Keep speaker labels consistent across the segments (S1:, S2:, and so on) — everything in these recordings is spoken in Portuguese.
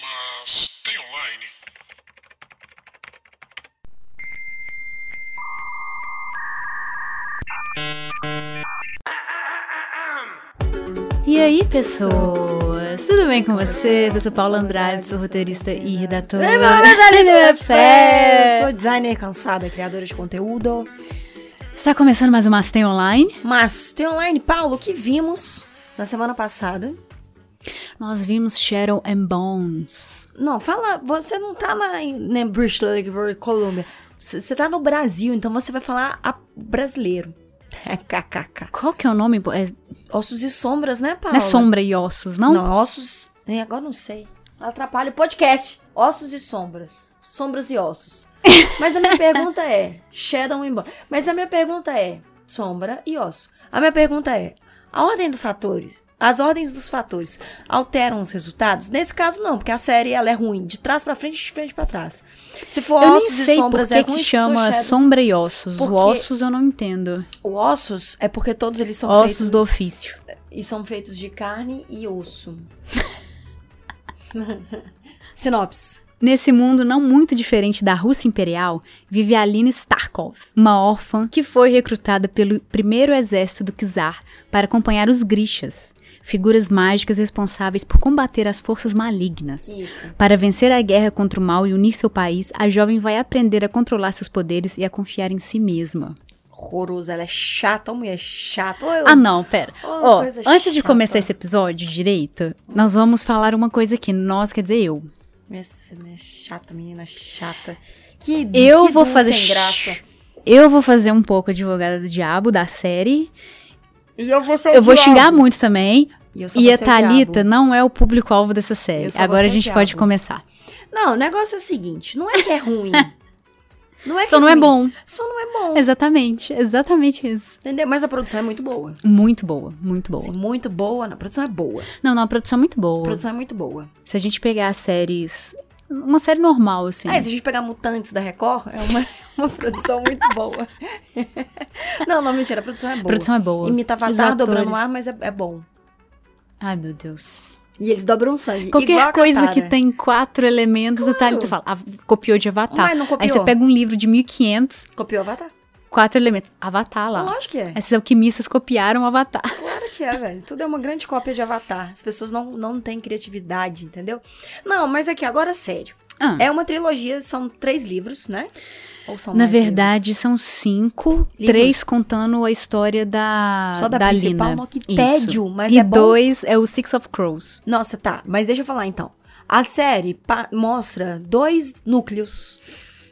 S1: Mas tem online.
S2: E aí, pessoas? Tudo bem com vocês? Eu sou Paula Andrade, sou roteirista e redatora.
S3: Ei, meu nome é Aline Mefé. Sou designer cansada, criadora de conteúdo.
S2: Está começando mais uma Tem Online.
S3: Mas tem online, Paulo, o que vimos na semana passada?
S2: Nós vimos Shadow and Bones.
S3: Não, fala, você não tá na, na British Colômbia. C- Você tá no Brasil, então você vai falar a brasileiro. KKK.
S2: Qual que é o nome? É,
S3: Ossos e sombras, né, Paulo?
S2: não é sombra e ossos, não?
S3: Não, ossos. Nem agora não sei. Atrapalha o podcast. Ossos e sombras. Sombras e ossos. Mas a minha pergunta é: Shadow and Bone. Mas a minha pergunta é: sombra e osso. A minha pergunta é: a ordem dos fatores. As ordens dos fatores alteram os resultados? Nesse caso, não, porque a série ela é ruim. De trás pra frente, de frente pra trás. Se for
S2: Eu nem
S3: ossos e
S2: sei por
S3: sombras,
S2: que,
S3: é
S2: que
S3: ruim. se for
S2: chama
S3: Shadows-
S2: sombra e ossos.
S3: Porque-
S2: O ossos eu não entendo.
S3: O ossos é porque todos eles são
S2: ossos
S3: feitos
S2: do ofício.
S3: e são feitos de carne e osso. Sinopse.
S2: Nesse mundo não muito diferente da Rússia Imperial, vive Aline Starkov, uma órfã que foi recrutada pelo primeiro exército do Czar para acompanhar os Grishas, figuras mágicas responsáveis por combater as forças malignas.
S3: Isso.
S2: Para vencer a guerra contra o mal e unir seu país, a jovem vai aprender a controlar seus poderes e a confiar em si mesma.
S3: Horroroso, ela é chata, a mulher é chata. Ô, eu-
S2: Ah, não, pera.
S3: ô,
S2: Ó,
S3: coisa
S2: antes de
S3: chata.
S2: começar esse episódio direito, nós vamos falar uma coisa aqui. Nós, quer dizer, eu.
S3: Mulher- Essa mulher é chata, menina chata. Que
S2: Eu
S3: que
S2: vou
S3: dum
S2: fazer.
S3: sem graça.
S2: Eu vou fazer um pouco advogada do diabo da série.
S3: E eu vou ser
S2: Eu vou xingar muito também.
S3: E, eu só
S2: E
S3: vou
S2: a
S3: ser o
S2: Thalita
S3: diabo.
S2: não é o público-alvo dessa
S3: Eu
S2: série.
S3: só vou
S2: Agora
S3: ser
S2: a
S3: o
S2: gente pode
S3: diabo.
S2: começar.
S3: Não, o negócio é o seguinte: não é que é ruim. não é
S2: Só
S3: que
S2: não é
S3: ruim.
S2: bom.
S3: Só não é bom.
S2: Exatamente. Exatamente isso.
S3: Entendeu? Mas a produção é muito boa.
S2: Muito boa. Muito boa.
S3: Assim, muito boa. Não, a produção é boa.
S2: Não, não, a produção é muito boa.
S3: A produção é muito boa.
S2: Se a gente pegar as séries. Uma série normal, assim.
S3: É, se a gente pegar Mutantes da Record, é uma, uma produção muito boa. não, não, mentira, a produção é
S2: a
S3: boa.
S2: produção é boa.
S3: Imita
S2: Os
S3: Avatar dobrando o
S2: atores-
S3: ar, mas é, é bom.
S2: Ai, meu Deus.
S3: E eles dobram sangue. igual
S2: Qualquer
S3: a
S2: coisa
S3: Katara.
S2: que tem quatro elementos, a Thalita fala, ah, copiou de Avatar.
S3: Mas não copiou.
S2: Aí você pega um livro de 1500,
S3: Copiou Avatar?
S2: quatro elementos. Avatar lá.
S3: Lógico que é.
S2: Esses alquimistas copiaram o Avatar.
S3: Claro que é, velho. Tudo é uma grande cópia de Avatar. As pessoas não, não têm criatividade, entendeu? Não, mas aqui, agora sério.
S2: Ah,
S3: É uma trilogia, são três livros, né? Ou são
S2: na
S3: mais livros?
S2: verdade, são cinco,
S3: Livros?
S2: três contando a história da,
S3: Só da, principal,
S2: Lina.
S3: nó, que
S2: Isso.
S3: tédio, mas
S2: e
S3: é bom.
S2: dois é o Six of Crows.
S3: Nossa, tá. Mas deixa eu falar então. A série pa- mostra dois núcleos.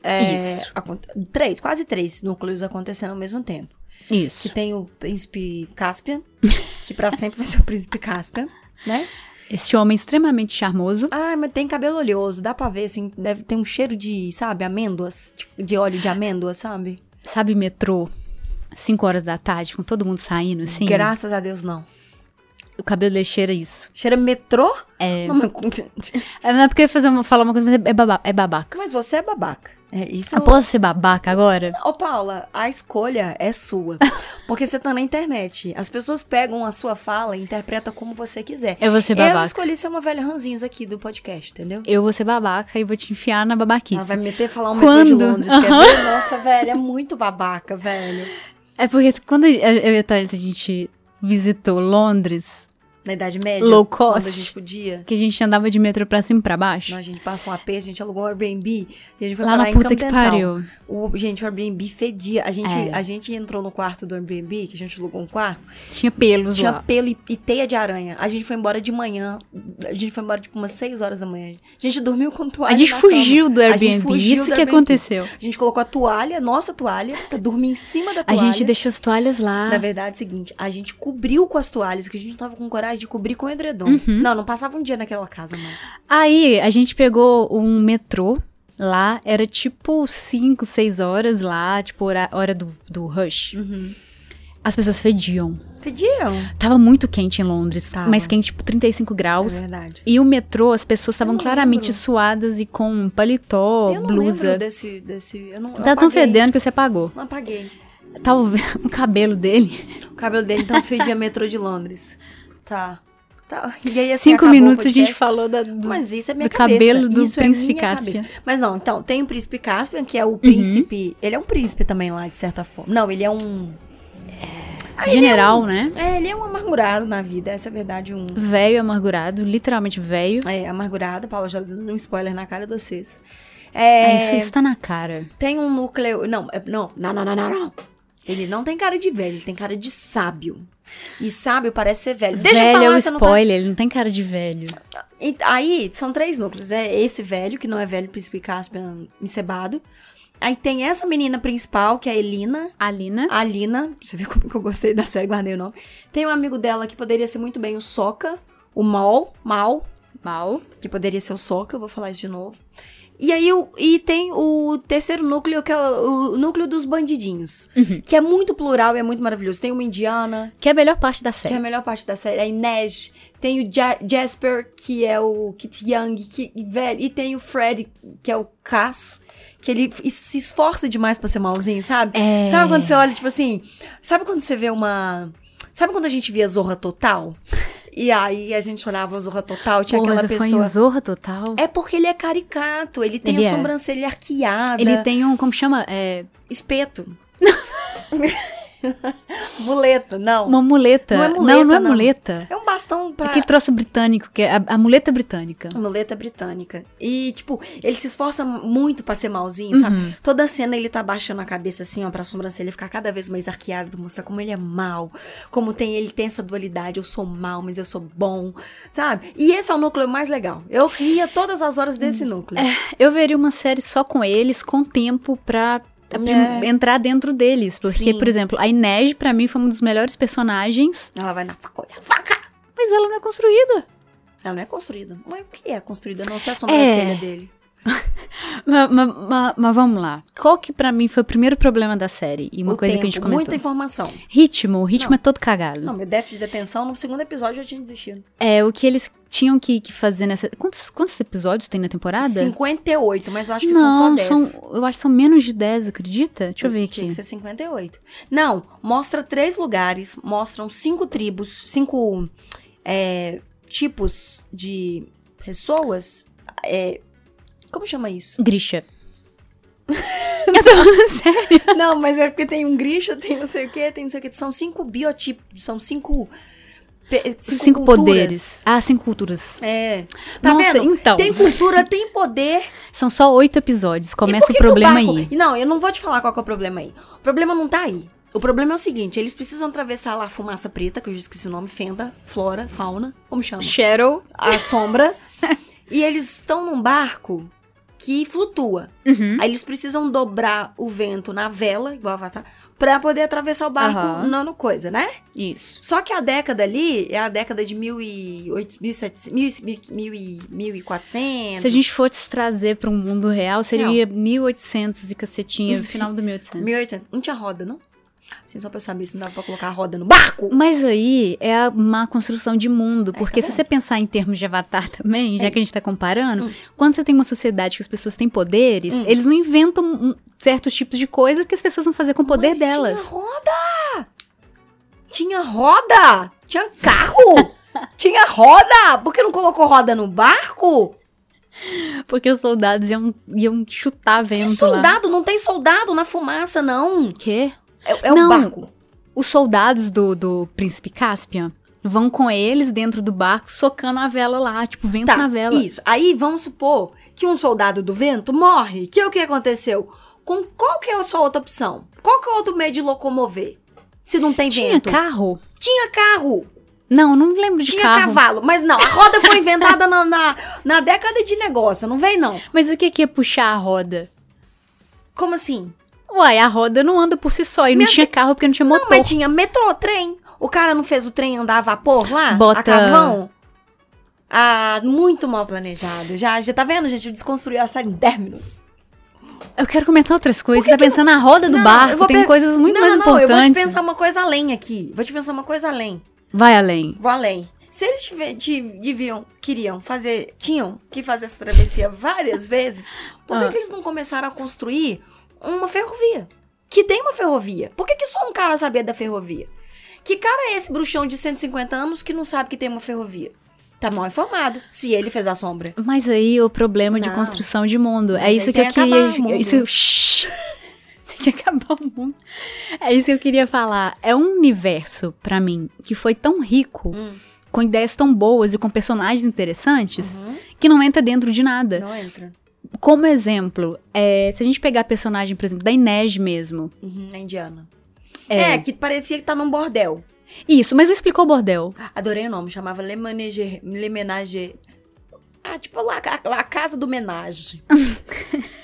S3: é,
S2: Isso.
S3: acon- Três, quase três núcleos acontecendo ao mesmo tempo. Que
S2: Isso.
S3: tem o príncipe Caspian, que pra sempre vai ser o príncipe Caspian, né?
S2: Este homem extremamente charmoso.
S3: Ah, mas tem cabelo oleoso, dá pra ver, assim, deve ter um cheiro de, sabe, amêndoas, tipo, de, de óleo de amêndoa, sabe?
S2: Sabe metrô? Cinco horas da tarde, com todo mundo saindo, assim.
S3: Graças a Deus, não.
S2: O cabelo dele cheira isso.
S3: Cheira metrô?
S2: É.
S3: Não, mas,
S2: É, Não é porque eu ia fazer uma, falar uma coisa, mas é, baba- é babaca.
S3: mas você é babaca. É isso.
S2: Ah, posso ser babaca agora?
S3: Ô, Paula, a escolha é sua. Porque você tá na internet. As pessoas pegam a sua fala e interpretam como você quiser.
S2: Eu vou ser
S3: Eu
S2: babaca.
S3: escolhi ser uma velha ranzinza aqui do podcast, entendeu?
S2: Eu, vou ser babaca e vou te enfiar na
S3: Ela vai
S2: babaquice.
S3: me meter falar um metrô de
S2: Quando?
S3: Londres. Quer
S2: Aham.
S3: ver? Nossa, velho, é muito babaca, velho.
S2: É porque quando eu, eu e a Thalita, a gente visitou Londres,
S3: Na Idade Média.
S2: Low
S3: É Quando a
S2: cost.
S3: gente podia.
S2: que a gente andava de metrô pra cima e pra baixo.
S3: Não, a gente passou um aperto, a gente alugou um Airbnb e a gente foi
S2: lá
S3: parar
S2: na
S3: em
S2: puta
S3: Campo
S2: que
S3: Dental.
S2: pariu.
S3: O, gente, o Airbnb fedia. A gente,
S2: É.
S3: a gente entrou no quarto do Airbnb, que a gente alugou um quarto,
S2: Tinha pelos
S3: tinha
S2: lá.
S3: pelo e, e teia de aranha. A gente foi embora de manhã, a gente foi embora tipo umas 6 horas da manhã. A gente dormiu com toalha
S2: A gente
S3: na
S2: fugiu do
S3: A gente
S2: Airbnb,
S3: fugiu
S2: isso
S3: do
S2: que
S3: Airbnb.
S2: aconteceu.
S3: cama. A gente colocou a toalha, nossa toalha, pra dormir em cima da
S2: A
S3: toalha.
S2: gente deixou as toalhas lá.
S3: Na verdade, é o seguinte, a gente cobriu com as toalhas, que a gente não tava com coragem de cobrir com o edredom.
S2: Uhum.
S3: Não, não passava um dia naquela casa mais.
S2: Aí a gente pegou um metrô lá, era tipo 5, 6 horas lá, tipo hora, hora do, do rush.
S3: Uhum.
S2: As pessoas fediam.
S3: Fediam.
S2: Tava muito quente em Londres,
S3: Tava.
S2: mas quente, tipo 35
S3: É
S2: graus.
S3: verdade.
S2: E o metrô, as pessoas estavam
S3: não
S2: claramente
S3: lembro.
S2: suadas e com um paletó,
S3: eu não
S2: blusa.
S3: lembro desse... desse eu não, eu
S2: Tá tão
S3: apaguei.
S2: fedendo que você apagou.
S3: Não apaguei.
S2: Talvez o cabelo dele.
S3: O cabelo dele então fedia metrô de Londres. Tá. Tá. E aí, assim,
S2: Cinco
S3: acabou o
S2: minutos a gente
S3: podcast.
S2: falou da, do,
S3: Mas isso é minha
S2: do
S3: cabeça.
S2: cabelo do
S3: isso é
S2: príncipe Uhum.
S3: minha
S2: Cáspia.
S3: cabeça. Mas não, então, tem o príncipe Caspian, que é o príncipe. Ele é um príncipe também lá, de certa forma. Não, ele é um.
S2: General, né?
S3: É, ele é um amargurado na vida, essa é a verdade, um.
S2: Velho amargurado, literalmente velho.
S3: É, amargurado, Paula já dando um spoiler na cara de vocês.
S2: Ah,
S3: É,
S2: isso, isso tá na cara.
S3: tem um núcleo. Não, é- não, não, não, não, não, não. Ele não tem cara de velho, ele tem cara de sábio. E sábio parece ser velho. Deixa
S2: velho
S3: eu falar,
S2: é o
S3: você não tá...
S2: spoiler, ele não tem cara de velho.
S3: E Aí são três núcleos. É esse velho, que não é velho, príncipe Caspian encebado. Aí tem essa menina principal, que é a Elina.
S2: Alina.
S3: A Lina, você viu como que eu gostei da série, guardei o nome. Tem um amigo dela que poderia ser muito bem o Soca, o Mal, Mal,
S2: Mal.
S3: que poderia ser o Soca, eu vou falar isso de novo. E aí o- e tem o terceiro núcleo, que é o, o núcleo dos bandidinhos, que é muito plural e é muito maravilhoso. Tem uma indiana,
S2: Que é a melhor parte da
S3: que é a
S2: série.
S3: melhor parte da série, a Inez, tem o Ja- Jasper, que é o Kit Young, que, velho, e tem o Fred, que é o Cass, que ele f- se esforça demais pra ser malzinho, sabe?
S2: É.
S3: Sabe quando você olha, tipo assim. Sabe quando você vê uma. Sabe quando a gente via Zorra Total? E aí a gente olhava a Zorra Total, tinha
S2: Porra,
S3: aquela
S2: você foi em
S3: pessoa.
S2: Zorra Total?
S3: É porque ele é caricato, ele tem
S2: Ele
S3: a
S2: é.
S3: sobrancelha arqueada,
S2: Ele tem um, como chama? É,
S3: espeto. Muleta, não.
S2: uma muleta.
S3: Não é muleta,
S2: Não, não é
S3: não.
S2: muleta.
S3: É um bastão pra.
S2: Aquele troço britânico, que é a, a muleta britânica.
S3: Muleta britânica. E, tipo, ele se esforça muito pra ser malzinho, sabe?
S2: Uhum.
S3: Toda cena ele tá abaixando a cabeça assim, ó, pra sobrancelha ficar cada vez mais arqueada, pra mostrar como ele é mal, como tem ele tem essa dualidade, eu sou mal, mas eu sou bom, sabe? E esse é o núcleo mais legal. Eu ria todas as horas
S2: Uhum.
S3: desse núcleo.
S2: Eu veria uma série só com eles, com tempo pra aprim- entrar dentro deles. Porque,
S3: Né. Sim.
S2: por exemplo, a Inês, pra mim, foi um dos melhores personagens,
S3: Ela vai na facolha, faca!
S2: mas ela não é construída.
S3: Ela não é construída. Mas o que é construída? Não sei a sobrancelha
S2: É.
S3: dele.
S2: Mas vamos lá. Qual que pra mim foi o primeiro problema da série? E uma
S3: o
S2: coisa
S3: tempo,
S2: que a gente comentou.
S3: muita informação.
S2: Ritmo, o ritmo
S3: Não.
S2: é todo cagado.
S3: Não, meu déficit de atenção no segundo episódio eu tinha desistido.
S2: É, o que eles tinham que, que fazer nessa. Quantos, quantos episódios tem na temporada?
S3: 58, mas eu acho que
S2: não,
S3: são só 10.
S2: são- eu acho que são menos de 10, acredita? Deixa eu ver aqui.
S3: Tinha que ser 58. Não, mostra três lugares, mostram cinco tribos, cinco é, tipos de pessoas. É, como chama isso?
S2: Grisha. eu tô falando sério.
S3: não, mas é porque tem um grisha, tem não sei o que, tem não sei o que. São cinco biotipos, são cinco. pe-
S2: Cinco,
S3: culturas.
S2: poderes. Ah, cinco culturas.
S3: É. Tá
S2: Nossa,
S3: vendo?
S2: então.
S3: Tem cultura, tem poder.
S2: São só oito episódios.
S3: E por
S2: Começa
S3: que
S2: o
S3: que
S2: problema
S3: barco-
S2: aí.
S3: Não, eu não vou te falar qual que é o problema aí. O problema não tá aí. O problema é o seguinte, eles precisam atravessar lá a fumaça preta, que eu já esqueci o nome, fenda, flora, fauna, como chama?
S2: Cheryl.
S3: A sombra. e eles estão num barco que flutua.
S2: Uhum.
S3: Aí eles precisam dobrar o vento na vela, igual Avatar, pra poder atravessar o barco
S2: Aham.
S3: não no coisa, né?
S2: Isso.
S3: Só que a década ali é a década de 1800, 1700, 1400.
S2: Se a gente fosse trazer pra um mundo real, seria 1800 e cacetinha,
S3: Uhum.
S2: final do 1800.
S3: 1800. Não tinha roda, não? Assim, só pra eu saber se não dava pra colocar a roda no barco.
S2: Mas aí é a má construção de mundo, porque
S3: tá
S2: se
S3: vendo?
S2: você pensar em termos de avatar também, já
S3: É.
S2: que a gente tá comparando,
S3: Hum.
S2: quando você tem uma sociedade que as pessoas têm poderes,
S3: Hum.
S2: eles não inventam hum, certos tipos de coisa que as pessoas vão fazer com o poder
S3: Mas
S2: delas.
S3: Tinha roda! Tinha roda! Tinha carro! tinha roda! Por que não colocou roda no barco?
S2: Porque os soldados iam, iam chutar
S3: Que
S2: vento lá.
S3: é soldado? Não tem soldado na fumaça, não.
S2: O quê?
S3: É, é o
S2: Não.
S3: barco.
S2: Os soldados do, do príncipe Caspian vão com eles dentro do barco, socando a vela lá, tipo, vento
S3: Tá,
S2: na vela.
S3: isso. Aí vamos supor que um soldado do vento morre. Que é o que aconteceu? Com qual que é a sua outra opção? Qual que é o outro meio de locomover? Se não tem
S2: Tinha
S3: vento.
S2: carro?
S3: Tinha carro.
S2: Não, não lembro de
S3: Tinha
S2: carro.
S3: cavalo, mas não, a roda foi inventada na, na, na década de negócio, não vem não.
S2: Mas o que que é puxar a roda?
S3: Como assim?
S2: Uai, a roda não anda por si só. E não
S3: Minha
S2: tinha carro porque não tinha motor.
S3: Não, mas tinha metrô, trem. O cara não fez o trem andar a vapor lá? A
S2: Bota-
S3: carvão? Ah, muito mal planejado. Já, já tá vendo, gente? Eu desconstruí a série em 10 minutos.
S2: Eu quero comentar outras coisas. Você tá pensando na roda do
S3: Não, eu
S2: barco,
S3: vou
S2: tem
S3: pe-
S2: coisas muito
S3: não,
S2: mais
S3: não, não,
S2: importantes.
S3: eu vou te pensar uma coisa além aqui. Vou te pensar uma coisa além.
S2: Vai além.
S3: Vou além. Se eles tiver, te, deviam, queriam fazer, tinham que fazer essa travessia várias vezes, por que,
S2: Ah.
S3: que eles não começaram a construir uma ferrovia? Que tem uma ferrovia. Por que, que só um cara sabia da ferrovia? Que cara é esse bruxão de 150 anos que não sabe que tem uma ferrovia? Tá mal informado, se ele fez a sombra.
S2: Mas aí o problema de
S3: Não.
S2: construção de mundo.
S3: Mas
S2: É
S3: aí
S2: isso que
S3: tem
S2: eu
S3: que acabar o
S2: queria.
S3: mundo.
S2: Isso... Shhh! tem que acabar o mundo. É isso que eu queria falar. É um universo, pra mim, que foi tão rico,
S3: Hum.
S2: com ideias tão boas e com personagens interessantes,
S3: Uhum.
S2: que não entra dentro de nada.
S3: Não entra.
S2: Como exemplo, é, se a gente pegar a personagem, por exemplo, da Inês mesmo.
S3: Uhum, na Indiana.
S2: É.
S3: É. que parecia que tá num bordel.
S2: Isso, mas não explicou o bordel.
S3: Adorei o nome, chamava Le Ménager. Le Ménager. Ah, tipo lá, lá a casa do Menage.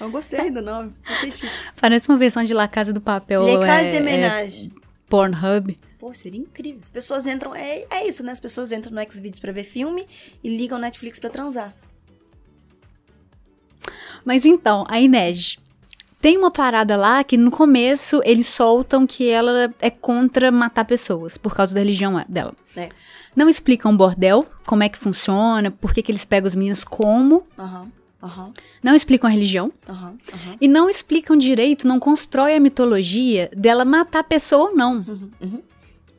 S3: Eu gostei do nome. Achei chique.
S2: Parece uma versão de La Casa do Papel.
S3: Le Case
S2: é-
S3: de
S2: é
S3: Ménage.
S2: Pornhub.
S3: Pô, seria incrível. As pessoas entram. É, é isso, né? As pessoas entram no Xvideos pra ver filme e ligam o Netflix pra transar.
S2: Mas então, a Inês. Tem uma parada lá que no começo eles soltam que ela é contra matar pessoas por causa da religião dela.
S3: É.
S2: Não explicam o bordel, como é que funciona, por que, que eles pegam os meninos como.
S3: Aham, aham,
S2: Não explicam a religião.
S3: aham, aham.
S2: E não explicam direito, não constrói a mitologia dela matar a pessoa ou não.
S3: Uhum, uhum.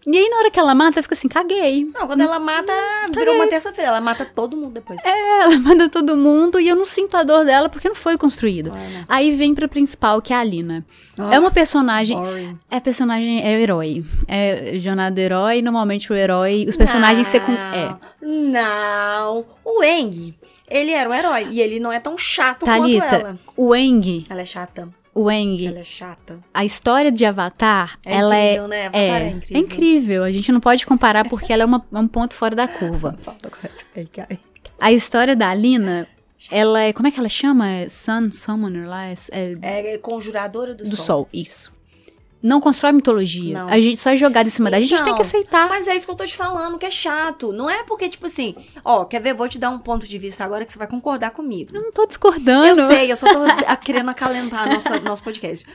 S2: E aí na hora que ela mata, fica assim, caguei.
S3: Não, quando ela mata,
S2: Uhum.
S3: virou uma terça-feira. Ela mata todo mundo depois. É.
S2: Ela mata todo mundo e eu não sinto a dor dela porque não foi construído.
S3: Olha.
S2: Aí vem pra principal, que é a Alina. é uma
S3: é, Nossa,
S2: personagem
S3: boring.
S2: É personagem, é o herói. É jornada do herói, normalmente o herói. Os personagens
S3: Ah.
S2: secund... É.
S3: Não. O Eng, ele era um herói. E ele não é tão chato quanto
S2: Thalita.
S3: ela.
S2: O Eng,
S3: Ela é chata.
S2: o Eng,
S3: Ela é chata.
S2: a história de Avatar,
S3: É
S2: ela
S3: incrível, né?
S2: é.
S3: Avatar
S2: é incrível. A gente não pode comparar porque ela é, uma- é um ponto fora da curva.
S3: Falta coisa. Ei, cara.
S2: A história da Alina, ela é. Como é que ela chama? É Sun Summoner lá? É, é
S3: É conjuradora do,
S2: do
S3: sol.
S2: sol. isso. Não constrói mitologia.
S3: Não.
S2: A gente só é jogada em cima da. A gente tem
S3: Então,
S2: que aceitar.
S3: Mas é isso que eu tô te falando, que é chato. Não é porque, tipo assim, ó, quer ver? Vou te dar um ponto de vista agora que você vai concordar comigo.
S2: Eu não tô discordando.
S3: Eu sei, eu só tô a- querendo acalentar a nossa, nosso podcast.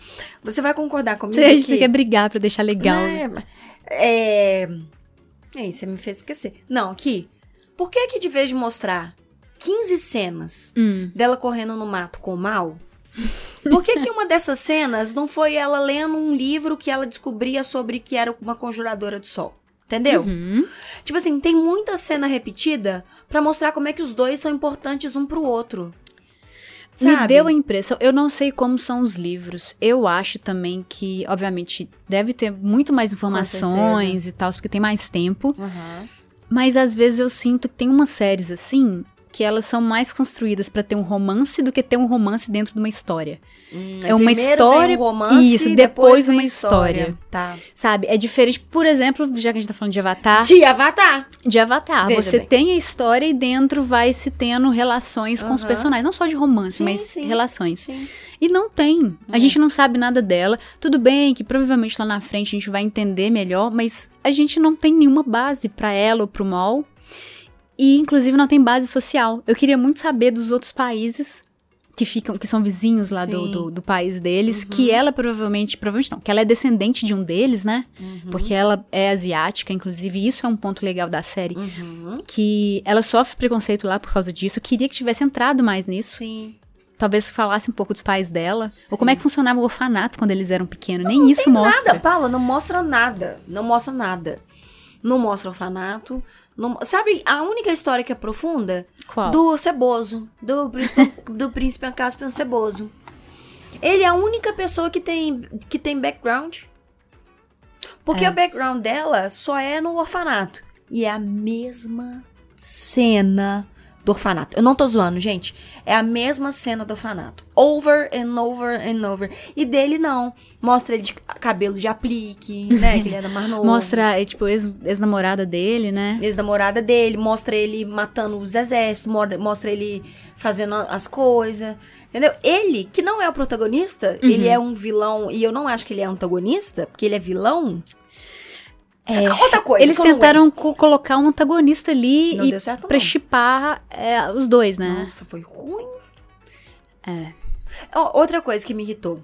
S3: Você vai concordar comigo
S2: Você,
S3: que...
S2: você quer brigar pra deixar legal.
S3: Né? É, é, você me fez esquecer. Não, aqui. Por que que de vez de mostrar 15 cenas
S2: Hum.
S3: dela correndo no mato com o mal, por que que uma dessas cenas não foi ela lendo um livro que ela descobria sobre que era uma conjuradora do sol? Entendeu?
S2: Uhum.
S3: Tipo assim, tem muita cena repetida pra mostrar como é que os dois são importantes um pro outro.
S2: Me
S3: Sabe?
S2: deu a impressão, eu não sei como são os livros. Eu acho também que, obviamente, deve ter muito mais informações e tal, porque tem mais tempo.
S3: Aham.
S2: Mas às vezes eu sinto que tem umas séries assim que elas são mais construídas pra ter um romance do que ter um romance dentro de uma história.
S3: Hum,
S2: É uma
S3: primeiro vem
S2: história-
S3: um romance,
S2: isso, depois
S3: depois
S2: uma história.
S3: Tá.
S2: Sabe? É diferente, por exemplo, já que a gente tá falando de Avatar,
S3: De Avatar.
S2: de Avatar,
S3: Veja
S2: você
S3: bem.
S2: tem a história e dentro vai se tendo relações com os
S3: Aham.
S2: personagens, não só de romance,
S3: Sim,
S2: mas
S3: sim.
S2: relações.
S3: Sim.
S2: E não tem. A
S3: É.
S2: gente não sabe nada dela. Tudo bem que provavelmente lá na frente a gente vai entender melhor, mas a gente não tem nenhuma base pra ela ou pro mal. E inclusive não tem base social. Eu queria muito saber dos outros países que ficam, que são vizinhos lá do,
S3: Sim.
S2: do, do país deles,
S3: Uhum.
S2: que ela provavelmente, provavelmente não, que ela é descendente de um deles, né? Porque
S3: Uhum.
S2: ela é asiática, inclusive, e isso é um ponto legal da série.
S3: Uhum.
S2: Que ela sofre preconceito lá por causa disso. Eu queria que tivesse entrado mais nisso
S3: Sim.
S2: talvez falasse um pouco dos pais dela, ou como é que funcionava o orfanato quando eles eram pequenos. Nem isso mostra.
S3: Nada, Paula, não mostra nada. Não mostra nada. Não mostra orfanato. não- Sabe, a única história que é profunda?
S2: Qual?
S3: Do Ceboso. Do príncipe, do príncipe Caspian Ceboso. Ele é a única pessoa que tem, que tem background. Porque
S2: É.
S3: o background dela só é no orfanato. E é a mesma cena do orfanato. Eu não tô zoando, gente. É a mesma cena do orfanato. Over and over and over. E dele não. Mostra ele de cabelo de aplique, né? Que ele era mais novo.
S2: Mostra, é, tipo, ex- ex-namorada dele, né?
S3: Ex-namorada dele, mostra ele matando os exércitos, mo- mostra ele fazendo a- as coisas. Entendeu? Ele, que não é o protagonista, ele é um vilão, e eu não acho que ele é antagonista, porque ele é vilão.
S2: É.
S3: Outra coisa,
S2: Eles
S3: que eu não
S2: tentaram co- colocar um antagonista ali
S3: Não
S2: e
S3: deu certo, não.
S2: pra chipar é, os dois, né?
S3: Nossa, foi ruim. É. outra coisa que me irritou.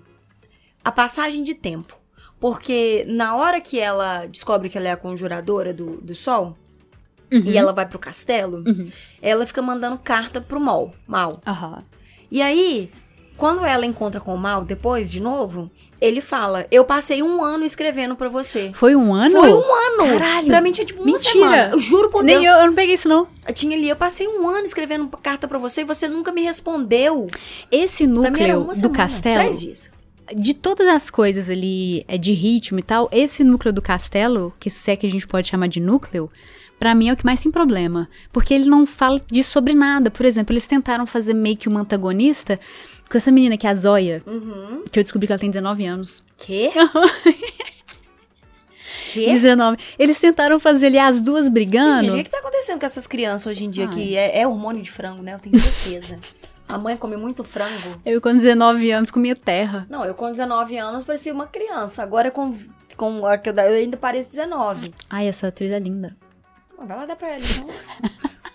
S3: A passagem de tempo. Porque na hora que ela descobre que ela é a conjuradora do, do sol,
S2: Uhum.
S3: e ela vai pro castelo,
S2: Uhum.
S3: ela fica mandando carta pro mal. mal.
S2: Aham.
S3: E aí, Quando ela encontra com o mal, depois, de novo, ele fala: Eu passei um ano escrevendo pra você.
S2: Foi um ano?
S3: Foi um ano!
S2: Caralho.
S3: Pra mim tinha tipo uma
S2: Mentira.
S3: semana. Eu juro por
S2: Nem
S3: um Deus.
S2: eu, eu não peguei isso, não.
S3: Eu tinha ali, eu passei um ano escrevendo carta pra você e você nunca me respondeu.
S2: Esse
S3: Pra mim era
S2: núcleo
S3: uma
S2: do
S3: semana,
S2: castelo,
S3: Três dias.
S2: de todas as coisas ali, é, de ritmo e tal, esse núcleo do castelo, que se é que a gente pode chamar de núcleo, pra mim é o que mais tem problema. Porque ele não fala disso sobre nada. Por exemplo, eles tentaram fazer meio que uma antagonista com essa menina que é a Zoya,
S3: Uhum.
S2: que eu descobri que ela tem 19 anos.
S3: Quê? Quê?
S2: 19. Eles tentaram fazer ali as duas
S3: Gente,
S2: brigando.
S3: O que que tá acontecendo com essas crianças hoje em dia?
S2: Ai.
S3: Que é, é hormônio de frango, né? Eu tenho certeza. A mãe come muito frango.
S2: Eu, com 19 anos, comia terra.
S3: Não, eu com 19 anos parecia uma criança. Agora com, com a- eu ainda pareço 19.
S2: Ai, essa atriz é linda.
S3: Vai lá dar pra ela, então.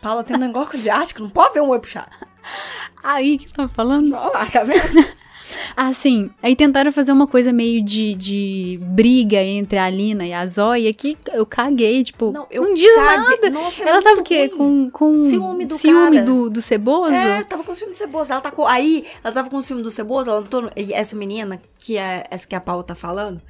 S3: Paula tem um negócio asiático, não pode ver um oi puxado.
S2: Aí, o que eu tava falando?
S3: Olha lá, tá vendo?
S2: Ah, sim. Aí tentaram fazer uma coisa meio de, de briga entre a Alina e a Zoya que eu caguei, tipo, não, diz nada.
S3: caguei. Nossa,
S2: Ela
S3: tá
S2: tava o quê? Com, com
S3: Ciúme do
S2: ciúme
S3: cara.
S2: do, do ceboso?
S3: É, tava com ciúme do Ceboso. Ela tá com... Aí, ela tava com ciúme do Ceboso, ela tô... e essa menina, que é essa que a Paula tá falando,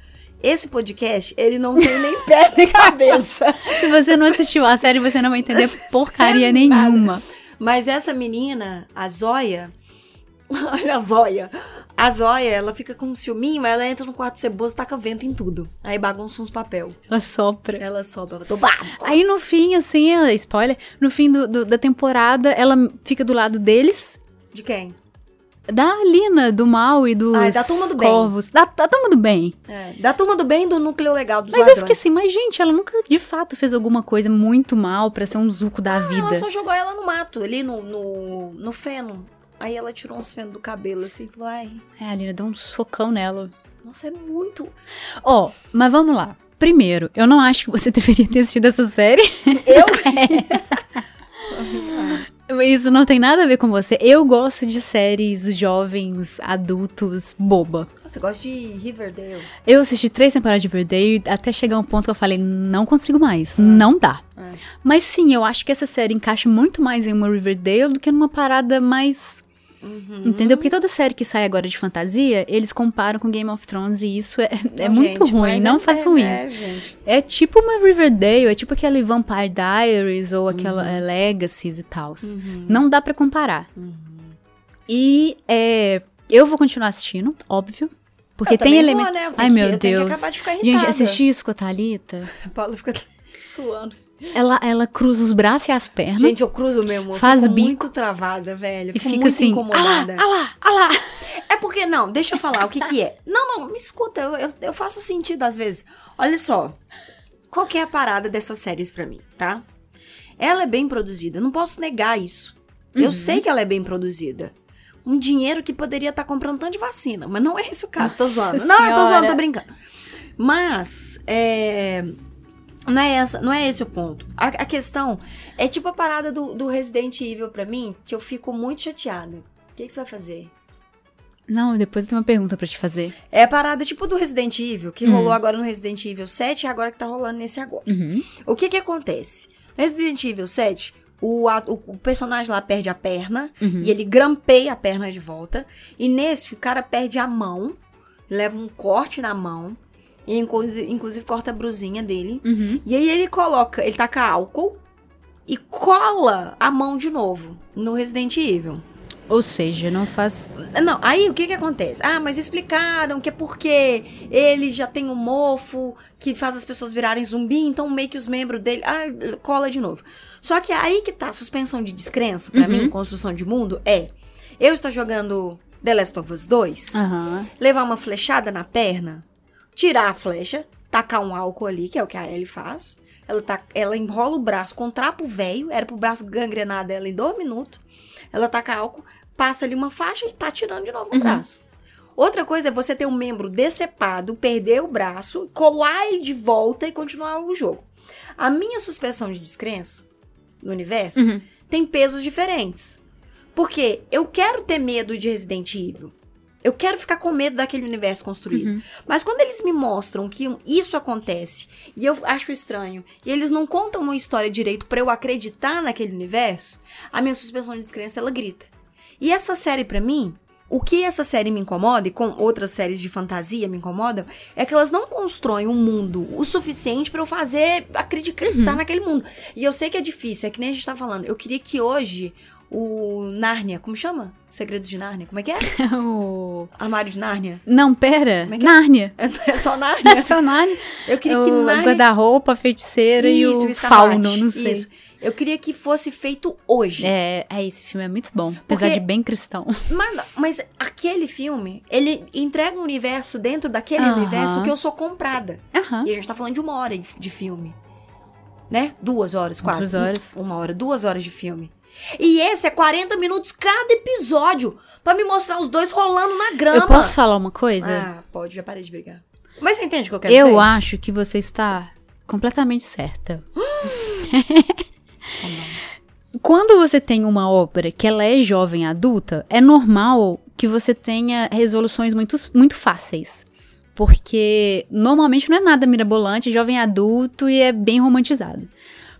S3: esse podcast, ele não tem nem pé nem cabeça.
S2: Se você não assistiu a série, você não vai entender porcaria nenhuma.
S3: Mas essa menina, a Zóia, olha a Zóia. A Zóia, ela fica com um ciúminho, mas ela entra no quarto do Ceboso, taca vento em tudo. Aí bagunça uns papel.
S2: Ela sopra.
S3: Ela sobra, tô brava.
S2: Aí no fim, assim, é spoiler, no fim do- do- da temporada, ela fica do lado deles,
S3: De quem?
S2: da Alina, do mal e dos
S3: Ah, é da turma do bem.
S2: corvos. Da, da turma do bem.
S3: É, da turma do bem e do núcleo legal dos
S2: Mas eu
S3: ladrões.
S2: fiquei assim, mas gente, ela nunca de fato fez alguma coisa muito mal pra ser um zuco da vida.
S3: Ah, Ela só jogou ela no mato, ali no, no, no feno. Aí ela tirou uns fenos do cabelo, assim, falou, ai,
S2: É, a Alina deu um socão nela.
S3: nossa, é muito...
S2: Ó, mas vamos lá. Primeiro, eu não acho que você deveria ter assistido essa série.
S3: Eu?
S2: Ah, tá. Isso não tem nada a ver com você. Eu gosto de séries jovens, adultos, boba.
S3: Você gosta de Riverdale?
S2: Eu assisti três temporadas de Verdade até chegar um ponto que eu falei, não consigo mais, não dá.
S3: É.
S2: Mas sim, eu acho que essa série encaixa muito mais em uma Riverdale do que numa parada mais
S3: Uhum.
S2: Entendeu? Porque toda série que sai agora de fantasia, eles comparam com Game of Thrones e isso é, é
S3: Não,
S2: muito
S3: gente,
S2: ruim.
S3: mas
S2: Não
S3: é-
S2: façam
S3: é,
S2: isso.
S3: É, gente.
S2: É tipo uma Riverdale, é tipo aquele Vampire Diaries ou aquela
S3: Uhum.
S2: é, Legacies e tal. Não dá pra comparar.
S3: Uhum.
S2: E é, eu vou continuar assistindo, óbvio. Porque
S3: Eu
S2: tem
S3: também vou,
S2: elementos.
S3: né? Eu tenho
S2: Ai,
S3: que-
S2: meu
S3: eu tenho que
S2: Deus.
S3: acabar de ficar irritada.
S2: Gente, assisti isso com a Thalita.
S3: A Paula fica suando.
S2: Ela, ela cruza os braços e as pernas.
S3: Gente, eu cruzo mesmo. Eu
S2: Faz
S3: fico
S2: bico.
S3: muito travada, velho. Eu
S2: e
S3: fico
S2: fica
S3: muito
S2: assim.
S3: incomodada.
S2: Ah lá, ah lá, ah lá.
S3: É porque, não, deixa eu falar o que que é. Não, não, me escuta, eu, eu, eu faço sentido às vezes. Olha só, qual que é a parada dessas séries pra mim, tá? Ela é bem produzida, eu não posso negar isso.
S2: Uhum.
S3: Eu sei que ela é bem produzida. Um dinheiro que poderia estar comprando tanto de vacina, mas não é esse o caso, tô
S2: Nossa
S3: zoando. Não, eu tô zoando,
S2: Senhora.
S3: tô brincando. Mas, é... Não é, essa, não é esse o ponto. A, a questão é tipo a parada do, do Resident Evil pra mim, que eu fico muito chateada. O que que você vai fazer?
S2: Não, depois eu tenho uma pergunta pra te fazer.
S3: É a parada tipo do Resident Evil, que
S2: Hum.
S3: rolou agora no Resident Evil 7 e agora que tá rolando nesse agora.
S2: Uhum.
S3: O que que acontece? No Resident Evil 7, o, a- o- o personagem lá perde a perna
S2: Uhum.
S3: e ele grampeia a perna de volta. E nesse, o cara perde a mão, leva um corte na mão, e inclu- inclusive corta a brusinha dele.
S2: Uhum.
S3: E aí ele coloca, ele taca álcool e cola a mão de novo no Resident Evil.
S2: Ou seja, não faz
S3: Ah, Não, aí o que que acontece? Ah, mas explicaram que é porque ele já tem um mofo que faz as pessoas virarem zumbi, então meio que os membros dele. Ah, cola de novo. Só que aí que tá a suspensão de descrença, pra
S2: Uhum.
S3: mim, construção de mundo, é. Eu estar jogando The Last of Us 2,
S2: Aham.
S3: levar uma flechada na perna, tirar a flecha, tacar um álcool ali, que é o que a Ellie faz. Ela, tá, ela enrola o braço com trapo velho, era pro braço gangrenar dela em dois minutos. Ela taca álcool, passa ali uma faixa e tá tirando de novo o
S2: Uhum.
S3: braço. Outra coisa é você ter um membro decepado, perder o braço, colar ele de volta e continuar o jogo. A minha suspensão de descrença no universo
S2: Uhum.
S3: tem pesos diferentes. Porque eu quero ter medo de Resident Evil. Eu quero ficar com medo daquele universo construído.
S2: Uhum.
S3: Mas quando eles me mostram que isso acontece e eu acho estranho, e eles não contam uma história direito pra eu acreditar naquele universo, a minha suspensão de descrença ela grita. E essa série pra mim O que essa série me incomoda, e com outras séries de fantasia me incomodam, é que elas não constroem um mundo o suficiente pra eu fazer acreditar naquele mundo. E eu sei que é difícil, é que nem a gente tá falando. Eu queria que hoje o Nárnia, como chama? Segredos de Nárnia, como é que é?
S2: O-
S3: Armário de Nárnia?
S2: Não, pera.
S3: Como é que é?
S2: Nárnia.
S3: É só Nárnia?
S2: Essa é o Nárnia.
S3: Eu queria que
S2: O
S3: Nárnia
S2: guarda-roupa, a feiticeira e o
S3: Escarlate,
S2: fauno, não sei.
S3: Isso. Eu queria que fosse feito hoje.
S2: É, é, esse filme é muito bom. Apesar de
S3: Porque-
S2: bem cristão.
S3: Mano, mas aquele filme, ele entrega um universo dentro daquele
S2: Aham.
S3: universo que eu sou comprada.
S2: Aham.
S3: E a gente tá falando de uma hora de filme. Né? Duas horas, quase.
S2: Duas horas.
S3: Uma hora, duas horas de filme. E esse é 40 minutos cada episódio pra me mostrar os dois rolando na grama.
S2: Eu posso falar uma coisa?
S3: Ah, pode, já parei de brigar. Mas você entende o que eu quero
S2: eu
S3: dizer?
S2: acho que você está completamente certa. Quando você tem uma ópera que ela é jovem adulta, é normal que você tenha resoluções muito, muito fáceis. Porque normalmente não é nada mirabolante, jovem adulto e é bem romantizado.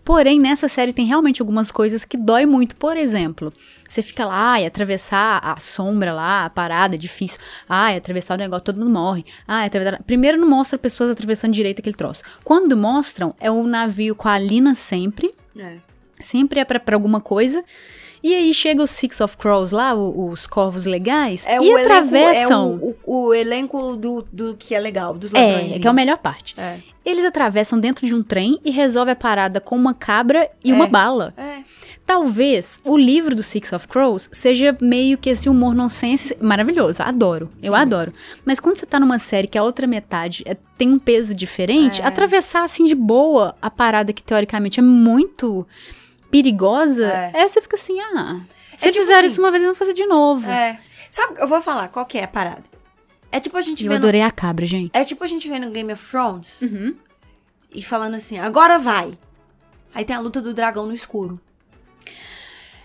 S2: Porém, nessa série tem realmente algumas coisas que dói muito. Por exemplo, você fica lá ai, atravessar a sombra lá, a parada, é difícil. Ai, atravessar o negócio, todo mundo morre. Ai, atravessar... Primeiro não mostra pessoas atravessando direito aquele troço. Quando mostram, é um navio com a Lina sempre,
S3: É.
S2: Sempre é pra, pra alguma coisa. E aí chega o Six of Crows lá, o- os corvos legais,
S3: É
S2: e
S3: o
S2: atravessam.
S3: Elenco, é o, o- o elenco do, do que é legal, dos
S2: É,
S3: ladrões.
S2: que é a melhor parte.
S3: É.
S2: Eles atravessam dentro de um trem e resolve a parada com uma cabra e
S3: É.
S2: uma bala.
S3: É.
S2: Talvez o livro do Six of Crows seja meio que esse humor nonsense maravilhoso. Adoro. Eu
S3: Sim.
S2: adoro. Mas quando você tá numa série que a outra metade é- tem um peso diferente,
S3: É.
S2: atravessar assim de boa a parada que teoricamente é muito perigosa,
S3: É.
S2: aí você fica assim, ah. Se
S3: É tipo
S2: fizeram
S3: assim,
S2: isso uma vez, eles vão fazer de novo.
S3: É. Sabe, eu vou falar qual que é a parada. É tipo a gente
S2: Eu
S3: vendo.
S2: adorei a cabra, gente.
S3: É tipo a gente vendo Game of Thrones
S2: Uhum.
S3: e falando assim, agora vai. Aí tem a luta do dragão no escuro.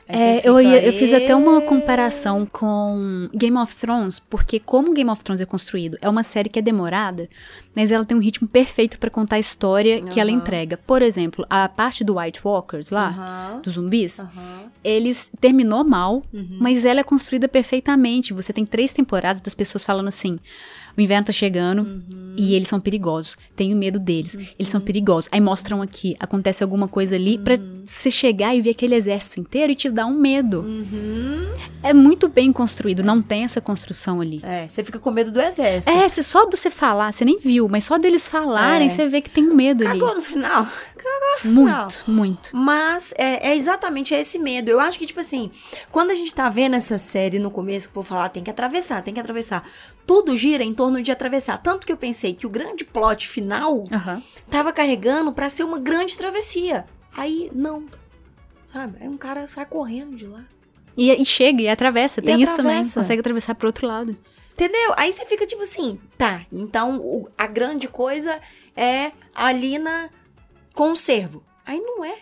S3: Aí
S2: É,
S3: você
S2: eu,
S3: fica,
S2: ia- eu fiz até uma
S3: "Ê".
S2: comparação com Game of Thrones, porque como Game of Thrones é construído, é uma série que é demorada, mas ela tem um ritmo perfeito pra contar a história que ela
S3: Aham.
S2: entrega. Por exemplo, a parte do White Walkers lá,
S3: Aham.
S2: dos zumbis,
S3: Aham.
S2: eles terminou mal,
S3: Uhum.
S2: mas ela é construída perfeitamente. Você tem três temporadas das pessoas falando assim: o inverno tá chegando.
S3: Uhum.
S2: E eles são perigosos. Tenho medo deles. Eles são perigosos. Aí mostram aqui, acontece alguma coisa ali pra você chegar e ver aquele exército inteiro e te dar um medo.
S3: Uhum.
S2: É muito bem construído, não tem essa construção ali.
S3: É, você fica com medo do exército.
S2: É, se só de você falar, você nem viu, mas só deles falarem,
S3: É.
S2: você vê que tem um medo ali.
S3: Cagou no final.
S2: Muito, muito.
S3: Mas é, é exatamente esse medo. Eu acho que, tipo assim, quando a gente tá vendo essa série no começo, que eu vou falar, "Ah, tem que atravessar, tem que atravessar. Tudo gira em torno de atravessar. Tanto que eu pensei que o grande plot final
S2: Aham.
S3: tava carregando pra ser uma grande travessia. Aí, não. Sabe? Aí um cara sai correndo de lá.
S2: E, e chega, e atravessa.
S3: E
S2: Tem isso também.
S3: atravessa.
S2: Consegue atravessar pro outro lado.
S3: Entendeu? Aí você fica tipo assim, tá. Então o- a grande coisa é a Lina com o cervo. Aí não é.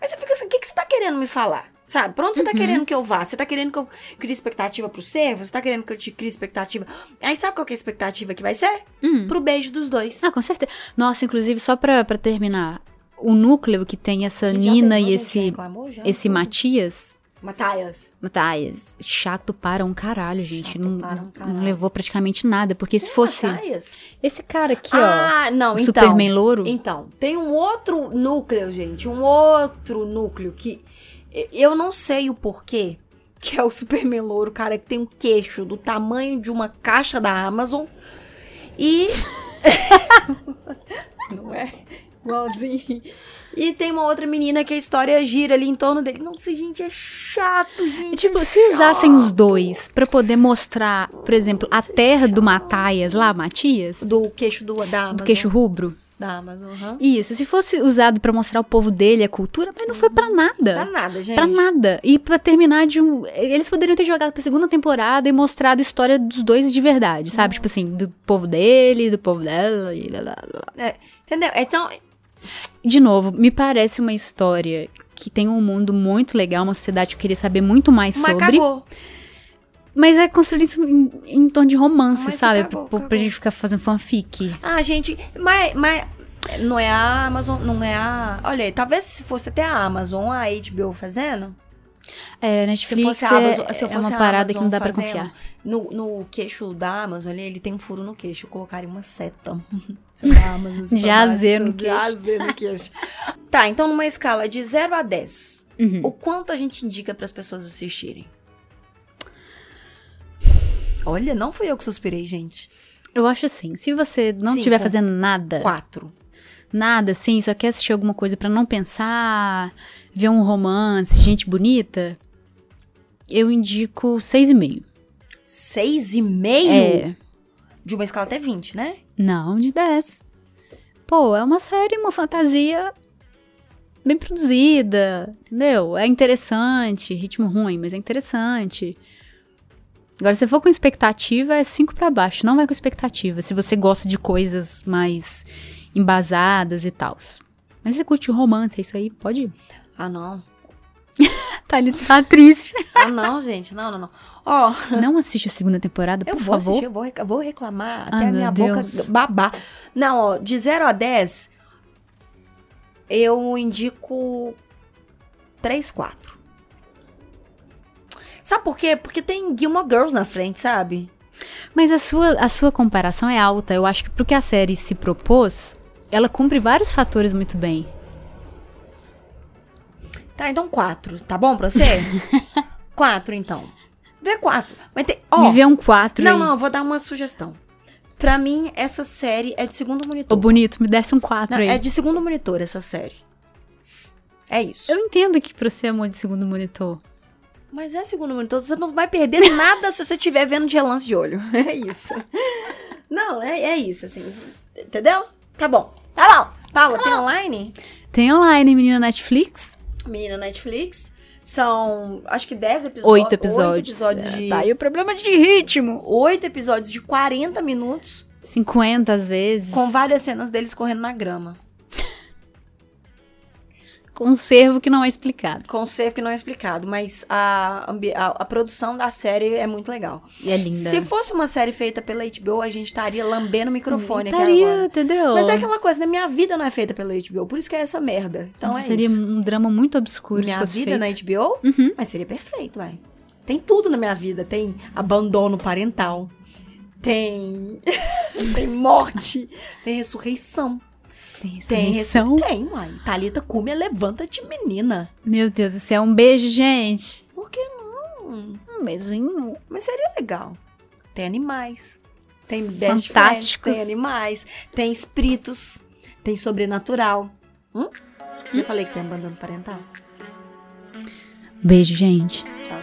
S3: Aí você fica assim, o que, que você tá querendo me falar? Sabe? Pra onde você tá
S2: Uhum.
S3: querendo que eu vá? Você tá querendo que eu crie expectativa pro cervo? Você tá querendo que eu te crie expectativa? Aí sabe qual que é a expectativa que vai ser?
S2: Hum.
S3: Pro beijo dos dois.
S2: Ah, com certeza. Nossa, inclusive, só pra, pra terminar, o núcleo que tem essa
S3: Gente, já
S2: Nina
S3: terminou,
S2: e
S3: gente? Já
S2: esse,
S3: reclamou, já?
S2: esse
S3: Tudo.
S2: Matias.
S3: Matthias.
S2: Matias, chato para um caralho, gente.
S3: Chato
S2: não,
S3: para um
S2: não
S3: caralho.
S2: levou praticamente nada. Porque se
S3: Não é
S2: fosse.
S3: Matthias?
S2: Esse cara aqui,
S3: ah,
S2: ó.
S3: não,
S2: o
S3: então.
S2: Superman Louro.
S3: Então, tem um outro núcleo, gente. Um outro núcleo que e- eu não sei o porquê. Que é o Superman louro, cara, que tem um queixo do tamanho de uma caixa da Amazon. E. não é? Igualzinho. E tem uma outra menina que a história gira ali em torno dele. Nossa, gente, é chato, gente.
S2: E, Tipo, se usassem os dois pra poder mostrar, por exemplo, a terra do Matias lá, Matias, do,
S3: é Do queixo do, da Amazon.
S2: queixo rubro.
S3: da Amazon, aham.
S2: Isso, se fosse usado pra mostrar o povo dele, a cultura, mas não foi pra
S3: Pra
S2: nada.
S3: nada, gente.
S2: Pra nada. E pra terminar de um. Eles poderiam ter jogado pra segunda temporada e mostrado a história dos dois de verdade, sabe? Tipo assim, do povo dele, do povo dela. E blá, blá, blá.
S3: Entendeu? Então,
S2: De novo, me parece uma história que tem um mundo muito legal, uma sociedade que eu queria saber muito mais
S3: mas
S2: sobre.
S3: cagou.
S2: Mas é construído isso em, em torno de romance,
S3: Mas
S2: sabe? Pra-
S3: acabou,
S2: pra- Pra
S3: acabou.
S2: gente ficar fazendo fanfic.
S3: Ah, gente, mas, mas não é a Amazon, não é a. Olha, aí, talvez se fosse até a Amazon, a HBO fazendo,
S2: É, Netflix
S3: fosse a
S2: é,
S3: Amazon- se eu
S2: é
S3: fosse
S2: uma
S3: a
S2: parada que
S3: Amazon
S2: não dá pra
S3: fazendo,
S2: confiar.
S3: No, no queixo da Amazon ali, ele tem um furo no queixo. Eu colocaria uma seta. Se eu da Amazon, se eu
S2: Já
S3: da-
S2: zero
S3: se eu
S2: no queixo.
S3: já zero no queixo. tá, então numa escala de 0 a 10,
S2: Uhum.
S3: o quanto a gente indica pras pessoas assistirem? Olha, não fui eu que suspirei, gente.
S2: Eu acho assim, se você não
S3: Cinco.
S2: estiver fazendo nada,
S3: Quatro.
S2: nada assim, só quer assistir alguma coisa pra não pensar, ver um romance, gente bonita, eu indico 6,5.
S3: Seis e meio?
S2: É,
S3: De uma escala até 20, né?
S2: não de 10. Pô, é uma série, uma fantasia bem produzida, entendeu? É interessante, ritmo ruim, mas é interessante. Agora, se você for com expectativa, é 5 pra baixo, não vai com expectativa. Se você gosta de coisas mais embasadas e tal. Mas se você curte romance, é isso aí, pode ir.
S3: Ah, não.
S2: Tá, ele tá triste.
S3: Ah, não, gente. Não, não, não. Ó,
S2: Não assiste a segunda temporada, por
S3: eu vou
S2: favor.
S3: assistir, eu vou, rec- vou
S2: Ai,
S3: reclamar até a
S2: meu
S3: minha
S2: Deus.
S3: boca babar. Não, ó, de 0 a 10, eu indico 3, 4. Sabe por quê? Porque tem Gilmore Girls na frente, sabe?
S2: Mas a sua, a sua comparação é alta. Eu acho que pro que a série se propôs, ela cumpre vários fatores muito bem.
S3: Tá, então 4. Tá bom pra você? 4, então. Vê 4. Mas tem. Ó,
S2: Viver um 4
S3: não,
S2: aí.
S3: não, eu vou dar uma sugestão. Pra mim, essa série é de segundo monitor.
S2: Ô, bonito, me desse um 4
S3: Não,
S2: aí.
S3: é de segundo monitor essa série. É isso.
S2: Eu entendo que pra você é amor de segundo monitor.
S3: Mas é segundo monitor, você não vai perder nada se você estiver vendo de relance de olho. É isso. Não, é, é isso, assim. Entendeu? Tá bom. Tá bom. Paula, tem online?
S2: Tem online, menina Netflix.
S3: Menina Netflix. São, acho que 10 episódios.
S2: Oito episódios.
S3: Oito episódios de,
S2: Tá aí o problema de ritmo.
S3: oito episódios de 40 minutos,
S2: 50 às vezes.
S3: com várias cenas deles correndo na grama.
S2: Conservo que não é explicado.
S3: Conceito que não é explicado, mas a, ambi- a, a produção da série é muito legal.
S2: E é linda.
S3: Se fosse uma série feita pela HBO, a gente estaria lambendo o microfone aqui
S2: Estaria,
S3: agora.
S2: Tá entendeu?
S3: Mas é aquela coisa, né? Minha vida não é feita pela HBO, por isso que é essa merda. Então
S2: Nossa,
S3: é
S2: seria
S3: isso.
S2: um drama muito obscuro se
S3: Minha
S2: fosse
S3: vida
S2: feito. Uhum.
S3: na HBO? Mas seria perfeito, ué. Tem tudo na minha vida. Tem abandono parental. Tem. tem morte. Tem ressurreição.
S2: Tem
S3: Tem
S2: ressurreição.
S3: ressurreição. Tem, uai. Thalita Cúmia, levanta-te, menina.
S2: Meu Deus do céu, um beijo, gente.
S3: Por que não?
S2: Um beijinho.
S3: Mas seria legal. Tem animais. Tem best friends,
S2: Fantásticos.
S3: tem animais, tem espíritos, tem sobrenatural. Hum? Eu falei que tem abandono parental?
S2: Beijo, gente.
S3: Tchau.